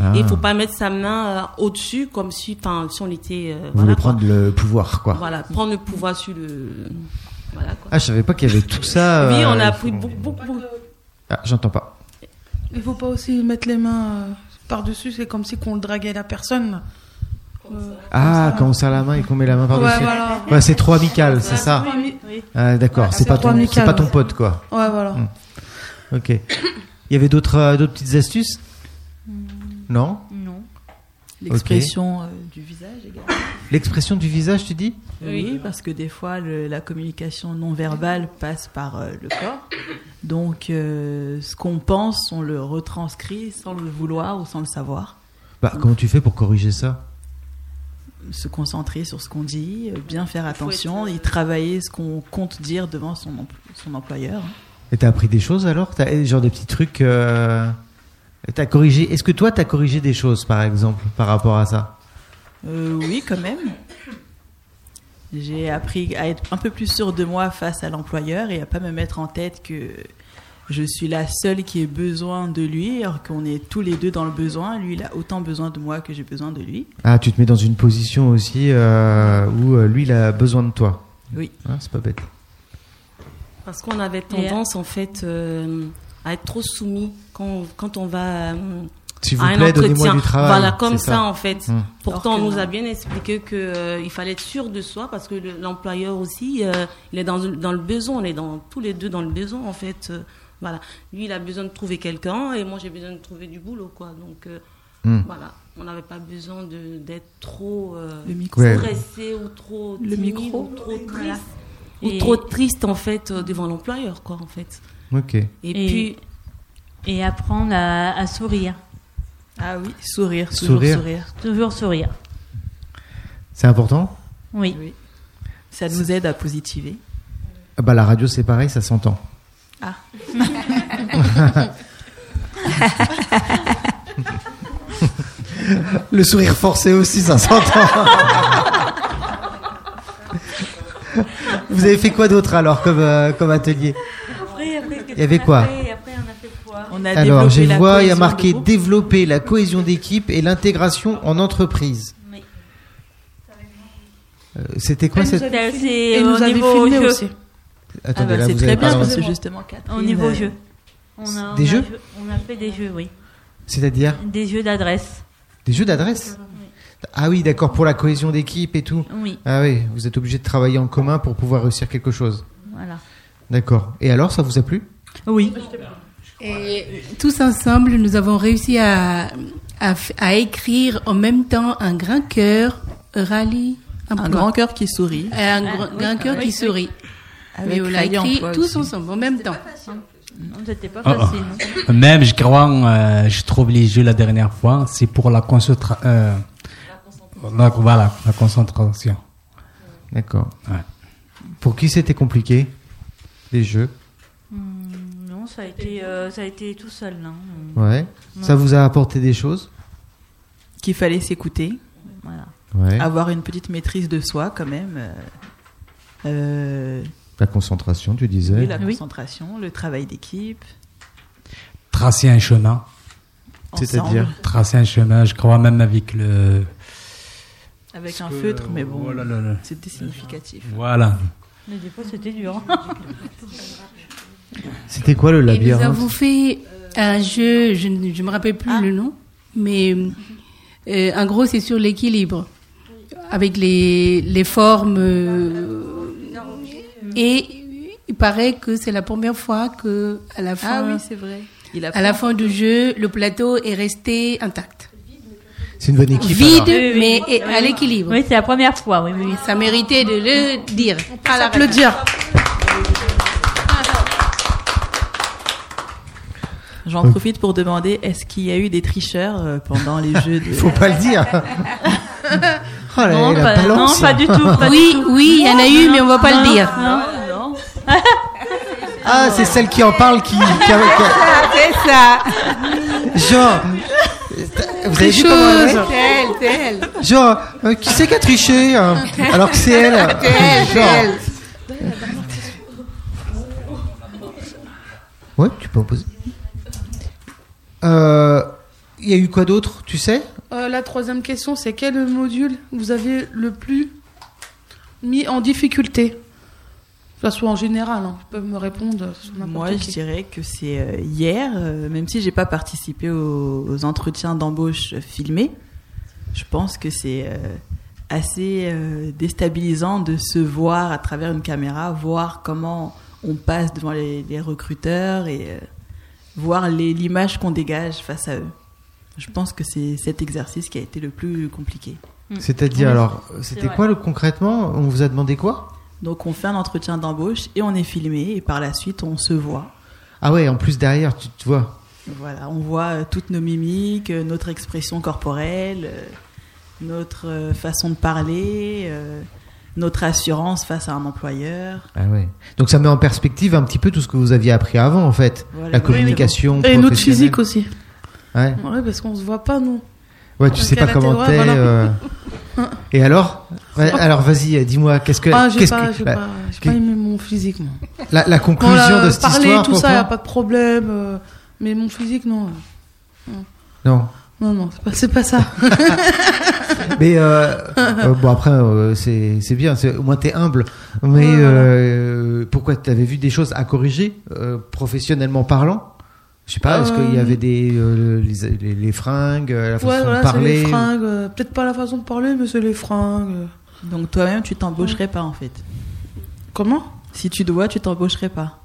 B: Ah.
F: Et il faut pas mettre sa main euh, au-dessus comme si, enfin, si on était. euh,
B: Vous
F: voilà,
B: voulez
F: quoi.
B: prendre le pouvoir, quoi.
F: Voilà, prendre le pouvoir sur le. Voilà quoi.
B: Ah, je savais pas qu'il y avait tout ça.
F: oui,
B: euh,
F: on a
B: il
F: appris
B: faut-
F: beaucoup. beaucoup.
B: Ah, j'entends pas.
C: Il faut pas aussi mettre les mains euh, par-dessus, c'est comme si qu'on draguait la personne. Euh,
B: Ah, quand on serre la main et qu'on met la main par-dessus.
C: Ouais, voilà.
B: Ouais, c'est trop amical, c'est ça
C: Oui, oui.
B: Ah, D'accord,
C: Ouais,
B: c'est pas,
C: trop
B: ton-
C: amical,
B: c'est pas ton
C: ouais.
B: pote, quoi.
C: Ouais, voilà.
B: Hmm. Ok. Il y avait d'autres euh, d'autres petites astuces
C: Hmm.
B: Non
J: Non.
A: <laughs> L'expression euh, du visage également.
B: L'expression du visage, tu dis
A: Oui, parce que des fois, le- la communication non verbale passe par euh, le corps. Donc, euh, ce qu'on pense, on le retranscrit sans le vouloir ou sans le savoir.
B: Bah, comment tu fais pour corriger ça
A: Se concentrer sur ce qu'on dit, euh, bien faire attention et travailler ce qu'on compte dire devant son, empl- son employeur.
B: Et t'as appris des choses alors T'as eh, genre des petits trucs euh, T'as corrigé Est-ce que toi t'as corrigé des choses par exemple par rapport à ça
A: Euh, oui, quand même. J'ai appris à être un peu plus sûre de moi face à l'employeur et à pas me mettre en tête que je suis la seule qui ait besoin de lui, alors qu'on est tous les deux dans le besoin. Lui, il a autant besoin de moi que j'ai besoin de lui.
B: Ah, tu te mets dans une position aussi euh, où euh, lui il a besoin de toi.
A: Oui.
B: Hein, c'est pas bête.
F: Parce qu'on avait tendance en fait euh, à être trop soumis quand, quand on va euh,
B: S'il vous
F: à un
B: plaît, donnez-moi
F: entretien.
B: du travail,
F: Voilà, comme
B: c'est
F: ça.
B: ça.
F: en fait.
B: Hmm.
F: Pourtant,
A: Alors
F: on
A: que
F: nous a
A: non.
F: bien expliqué que euh, il fallait être sûr de soi parce que le- l'employeur aussi, euh, il est dans, dans le besoin. On est dans, tous les deux dans le besoin en fait. euh, voilà. Lui, il a besoin de trouver quelqu'un et moi, j'ai besoin de trouver du boulot quoi. Donc euh,
B: Hmm.
F: voilà. On n'avait pas besoin de- d'être trop euh,
A: Le micro.
B: Ouais.
F: stressé ou trop
A: Le
F: timide
A: micro.
F: ou trop triste
J: Voilà.
F: ou
J: Et-
F: trop triste en fait euh, devant l'employeur quoi en fait.
B: Ok.
F: Et, puis
J: et apprendre à, à sourire.
A: Ah oui, sourire,
B: toujours Sourire. sourire.
J: Toujours sourire.
B: C'est important
J: Oui.
A: Ça nous aide à positiver.
B: Ah Bah la radio c'est pareil, ça s'entend.
A: Ah.
B: <laughs> Le sourire forcé aussi, ça s'entend. <laughs> Vous avez fait quoi d'autre alors comme, euh, comme atelier
J: Après, après,
B: Il y avait quoi
J: après, on a fait quoi
A: On a
B: Alors, je
A: développé la
B: vois, il y a
A: cohésion
B: marqué
A: de groupe.
B: développer la cohésion d'équipe et l'intégration en entreprise. Euh, C'était quoi cette.
J: C'est
C: Et
J: c'est
C: nous
J: au
C: avait
J: niveau
C: filmé
J: jeu.
C: aussi.
A: Ah
B: Attendez,
A: bah,
B: là,
A: c'est
B: vous
A: très
B: avez pas
A: bien
B: le
A: parce
B: droit.
A: que justement, Catherine,
J: Au niveau
A: euh,
J: jeu. On a,
B: Des
J: on a
B: jeux
J: jou- On a fait des jeux, oui.
B: C'est-à-dire
J: Des jeux d'adresse.
B: des jeux d'adresse Ah oui, d'accord, pour la cohésion d'équipe et tout.
J: Oui.
B: Ah oui, vous êtes obligé de travailler en commun pour pouvoir réussir quelque chose.
J: Voilà.
B: D'accord. Et alors, ça vous a plu
J: Oui.
K: Et tous ensemble, nous avons réussi à, à, f- à écrire en même temps un grand cœur rallye.
L: Un grand cœur qui sourit.
K: Et Euh, un
L: Ah,
K: gr-
L: oui,
K: grand
L: oui,
K: cœur
L: oui,
K: qui
L: oui.
K: sourit.
L: Avec
K: Mais on l'a
L: Rallye
K: écrit
L: Emploi
K: tous
L: aussi.
K: ensemble en même temps.
J: Non, c'était pas
D: Oh, oh.
J: facile.
D: Même, je crois, euh, je trouve les jeux la dernière fois, c'est pour la concentration. euh, voilà, la concentration.
B: D'accord. Pour qui c'était compliqué Les jeux
J: Hmm, Non, ça a été, euh, ça a été tout seul. hein.
B: Ouais. Ça vous a apporté des choses
A: Qu'il fallait s'écouter.
J: Voilà.
B: Ouais.
A: Avoir une petite maîtrise de soi quand même. euh, euh,
B: La concentration, tu disais
A: oui, la concentration, le travail d'équipe.
D: Tracer un chemin.
A: C'est-à-dire Ensemble.
D: Tracer un chemin, je crois, même avec le.
A: Avec
D: Parce
A: un
D: que, oh
A: feutre, mais bon,
D: voilà, le- le-
A: c'était significatif.
D: Voilà.
J: Mais des fois, c'était dur.
B: C'était quoi le
K: Et nous
B: labyrinthe
K: avons fait un jeu, je ne je me rappelle plus
A: Ah.
K: le nom, mais euh, en gros, c'est sur l'équilibre, avec les, les formes. euh, et il paraît que c'est la première fois que, à la fin,
A: Ah oui, c'est vrai. Il a
K: à la
A: pris-
K: fin du jeu, le plateau est resté intact.
B: C'est une bonne équipe.
K: Vide,
B: alors.
J: Oui, oui.
K: mais
J: Oui,
K: à
J: oui.
K: l'équilibre.
J: Oui, c'est la première fois, oui, oui.
K: Ça méritait de le dire.
J: peut
K: À la
J: s'applaudir.
A: J'en
B: Ok.
A: profite pour demander est-ce qu'il y a eu des tricheurs euh, pendant les
B: <laughs>
A: jeux de.
B: Faut pas le
A: <laughs>
B: dire. Oh là
A: Non,
B: là, la
A: pas- non,
B: balance.
A: pas du tout, pas
K: Oui, oui, il y en a eu, mais on va pas le dire.
J: Non,
B: Ah, c'est celle qui en parle qui. qui a- qui a-
K: C'est ça.
B: Genre. Vous avez vu comment elle est Genre, euh, qui c'est qui a triché hein Alors que c'est elle.
K: C'est elle, c'est elle.
B: Ouais, tu peux en poser. Euh, Il y a eu quoi d'autre, tu sais
C: Euh, la troisième question, c'est quel module vous avez le plus mis en difficulté Ça soit en général, hein, ils peuvent me répondre. sur n'importe
A: Moi, je
C: qui.
A: dirais que c'est euh, hier, euh, même si j'ai pas participé aux, aux entretiens d'embauche filmés, je pense que c'est euh, assez euh, déstabilisant de se voir à travers une caméra, voir comment on passe devant les, les recruteurs et euh, voir les- l'image qu'on dégage face à eux. Je pense que c'est cet exercice qui a été le plus compliqué.
C: Mm.
B: C'est-à-dire, alors, c'était
A: vrai.
B: quoi le concrètement On vous a demandé quoi
A: Donc on fait un entretien d'embauche et on est filmé et par la suite on se voit.
B: Ah ouais, en plus derrière, tu te vois.
A: Voilà, on voit euh, toutes nos mimiques, euh, notre expression corporelle, euh, notre euh, façon de parler, euh, notre assurance face à un employeur.
B: Ah ouais. Donc ça met en perspective un petit peu tout ce que vous aviez appris avant, en fait. La
A: Voilà. Oui, mais bon.
B: communication.
C: Et notre
B: professionnelle.
C: physique aussi.
B: Ouais.
C: Ouais, parce qu'on se voit pas, nous.
B: Ouais, tu
C: Donc,
B: sais pas
C: à la
B: comment
C: télé,
B: t'es.
C: voilà. <laughs>
B: euh, Et alors Ouais, Alors vas-y, euh, dis-moi, qu'est-ce que.
C: Ah, j'ai
B: qu'est-ce
C: pas,
B: que-
C: j'ai
B: la,
C: pas, j'ai pas aimé mon physique, moi.
B: la- la conclusion
C: Voilà,
B: de cette
C: parler,
B: histoire.
C: tout
B: pour
C: ça,
B: toi
C: y a pas de problème. euh, mais mon physique, non. Non,
B: Non.
C: non, non, c'est pas, c'est pas ça.
B: <laughs> Mais euh, euh, bon, après, euh, c'est c'est bien, c'est- au moins t'es humble. Mais euh, pourquoi t'avais vu des choses à corriger, euh, professionnellement parlant je sais pas, est-ce qu'il y
C: Euh,
B: avait des euh, les, les- les fringues, euh, la façon
C: ouais,
B: de
C: voilà, c'est
B: parler
C: les fringues. euh, Peut-être pas la façon de parler, mais c'est les fringues.
A: Donc toi-même, tu t'embaucherais pas en fait.
C: Comment
A: Si tu te vois, tu t'embaucherais pas.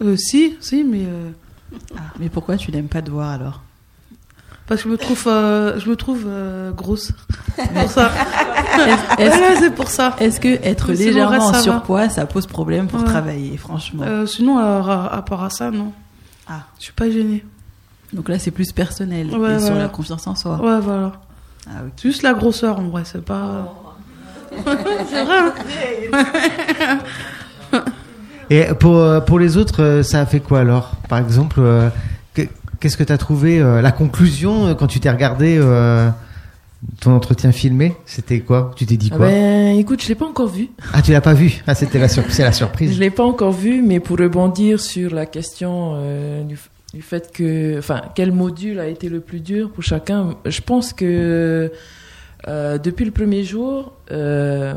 C: Euh, si, si, mais euh,
A: Ah, mais pourquoi tu n'aimes pas te voir alors
C: parce que je me trouve, euh, je me trouve euh, grosse. C'est pour ça.
A: <laughs> Est-ce- est-ce-
C: Voilà, c'est pour ça.
A: Est-ce que être
C: Mais sinon,
A: légèrement
C: reste,
A: en
C: ça va.
A: surpoids, ça pose problème pour
C: Ouais.
A: travailler, franchement
C: Euh, sinon, à, à part à ça, non.
A: Ah.
C: Je suis pas gênée.
A: Donc là, c'est plus personnel et
C: Ouais,
A: sur
C: voilà.
A: la confiance en soi.
C: Ouais, voilà.
A: Ah, ok. Oh.
C: C'est juste la grosseur en vrai, c'est pas. <laughs> c'est
A: <laughs>
C: vrai. hein.
B: Et pour, euh, pour les autres, euh, ça a fait quoi alors Par exemple, euh, que- qu'est-ce que t'as trouvé euh, La conclusion, euh, quand tu t'es regardé euh, ton entretien filmé, c'était quoi Tu t'es dit
E: Ah
B: quoi
E: ben, écoute, je l'ai pas encore vu.
B: Ah, tu l'as pas vu Ah, c'était la, sur- c'est la surprise.
E: Je l'ai pas encore vu, mais pour rebondir sur la question euh, du, f- du fait que, enfin, quel module a été le plus dur pour chacun, je pense que euh, depuis le premier jour, euh,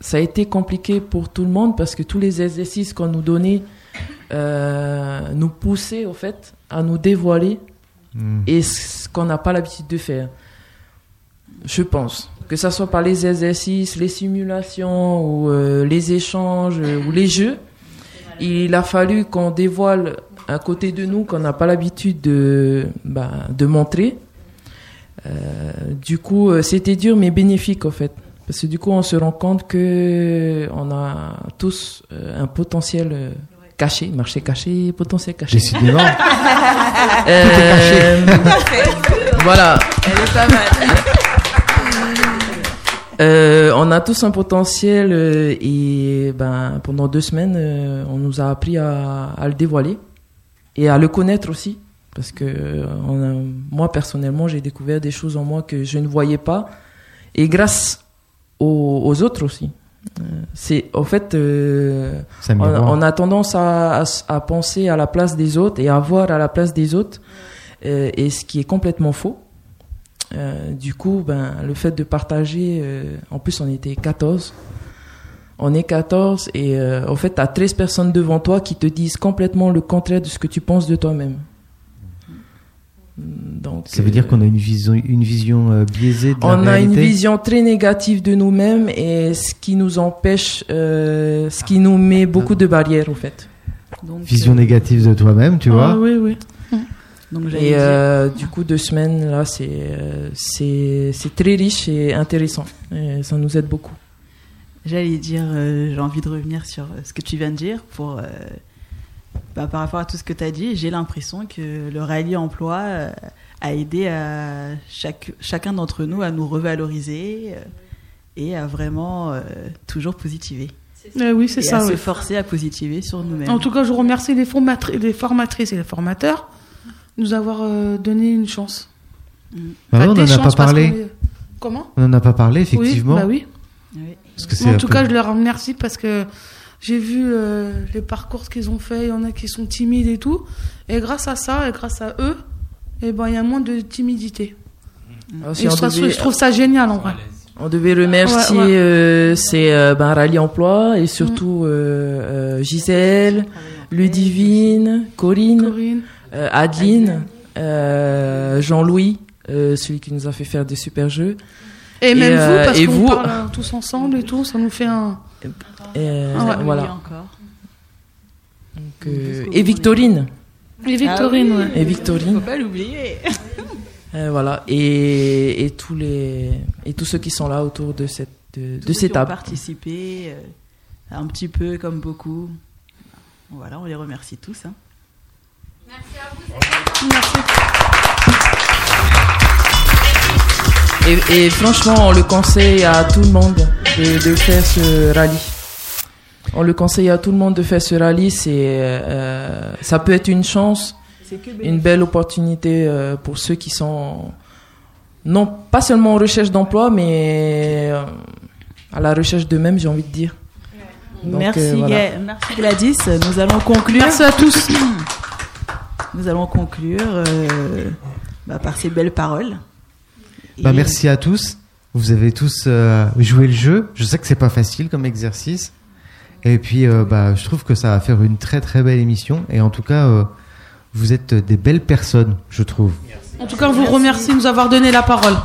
E: ça a été compliqué pour tout le monde parce que tous les exercices qu'on nous donnait euh, nous poussaient au fait à nous dévoiler
B: Mm.
E: et ce qu'on n'a pas l'habitude de faire. je pense. Que ça soit par les exercices, les simulations ou euh, les échanges euh, ou les jeux, il a fallu qu'on dévoile un côté de nous qu'on n'a pas l'habitude de, bah, de montrer. Euh, du coup, euh, c'était dur mais bénéfique en fait, parce que du coup, on se rend compte que on a tous euh, un potentiel euh, caché, marché caché, potentiel caché.
B: Décidément.
E: Euh,
B: Tout est caché.
E: <laughs> voilà.
H: Elle est pas mal.
E: Euh, on a tous un potentiel euh, et ben, pendant deux semaines, euh, on nous a appris à, à le dévoiler et à le connaître aussi. Parce que euh, on a- moi, personnellement, j'ai découvert des choses en moi que je ne voyais pas et grâce aux, aux autres aussi. Euh, C'est en fait, euh,
B: C'est un
E: on,
B: miroir.
E: on a tendance à, à s- à penser à la place des autres et à voir à la place des autres, euh, et ce qui est complètement faux. Euh, du coup, ben, le fait de partager, euh, en plus on était 14, on est 14 et euh, en fait, tu as 13 personnes devant toi qui te disent complètement le contraire de ce que tu penses de toi-même. Donc, euh,
B: Ça veut dire qu'on a une vision, une vision euh, biaisée de la
E: on a une
B: réalité.
E: vision très négative de nous-mêmes et ce qui nous empêche, euh, ce qui nous met beaucoup de barrières en fait.
B: Vision négative de toi-même, tu vois.
E: Ah oui, oui.
A: Donc, j'allais
E: et
A: dire-
E: euh, du coup, deux semaines là, c'est euh, c'est c'est très riche et intéressant. Et ça nous aide beaucoup.
A: J'allais dire, euh, j'ai envie de revenir sur euh, ce que tu viens de dire pour, euh, bah, par rapport à tout ce que tu as dit. J'ai l'impression que le rallye emploi euh, a aidé à chaque, chacun d'entre nous à nous revaloriser euh, et à vraiment euh, toujours positiver.
C: Eh oui, c'est
A: Et
C: ça,
A: À se
C: oui.
A: forcer à positiver sur nous-mêmes.
C: En tout cas, je remercie les, formatri- les formatrices et les formateurs de nous avoir euh, donné une chance.
B: Bah
C: Enfin,
B: ouais, on
C: des
B: en a
C: chances,
B: pas
C: parce
B: parlé.
C: qu'on est- Comment
B: On n'en a pas parlé, effectivement.
C: Oui, bah oui.
B: Parce que c'est
C: en
B: un
C: tout
B: peu-
C: cas, je leur remercie parce que j'ai vu euh, les parcours qu'ils ont fait. Il y en a qui sont timides et tout. Et grâce à ça, et grâce à eux, eh ben, il y a moins de timidité.
E: Ah, si
C: Et
E: on
C: je, trouve,
E: devait-
C: je trouve ça génial en vrai.
E: On devait remercier
C: Ouais, Mm. ouais.
E: euh, c'est euh, ben, Rallye Emploi et surtout euh, euh, Gisèle, Ludivine, Corinne, euh, Adeline, euh, Jean-Louis, euh, celui qui nous a fait faire des super jeux.
C: Et, même
E: euh,
C: vous, parce
E: et
C: qu'on
E: vous,
C: parle euh, tous ensemble et tout, ça nous fait un.
E: euh,
C: Ah ouais.
E: voilà. Donc, euh,
C: Parce que
E: et Victorine.
C: Et Victorine,
E: Ah oui.
C: ouais.
E: Et Victorine.
A: Faut pas l'oublier.
E: Euh, voilà. Et, et tous les et tous ceux qui sont là autour de cette de,
A: Tous
E: de
A: ceux
E: ces
A: qui ont
E: tables.
A: participé euh, un petit peu comme beaucoup. Voilà, on les remercie tous. hein.
E: Et, et franchement, on le conseille à tout le monde de, de faire ce rallye. On le conseille à tout le monde de faire ce rallye. C'est, euh, ça peut être une chance,
A: C'est que bénéfique.
E: une belle opportunité euh, pour ceux qui sont non pas seulement en recherche d'emploi, mais euh, à la recherche d'eux-mêmes, j'ai envie de dire. Donc,
A: merci,
E: euh, voilà.
A: Ga- merci Gladys. Nous allons conclure.
E: Merci à tous.
A: Nous allons conclure euh, bah, par ces belles paroles.
B: Bah,
A: Et-
B: merci à tous. Vous avez tous euh, joué le jeu. Je sais que c'est pas facile comme exercice. Et puis, euh, bah, je trouve que ça va faire une très très belle émission. Et en tout cas, euh, vous êtes des belles personnes, je trouve.
C: En tout cas, je vous remercie de nous avoir donné la parole.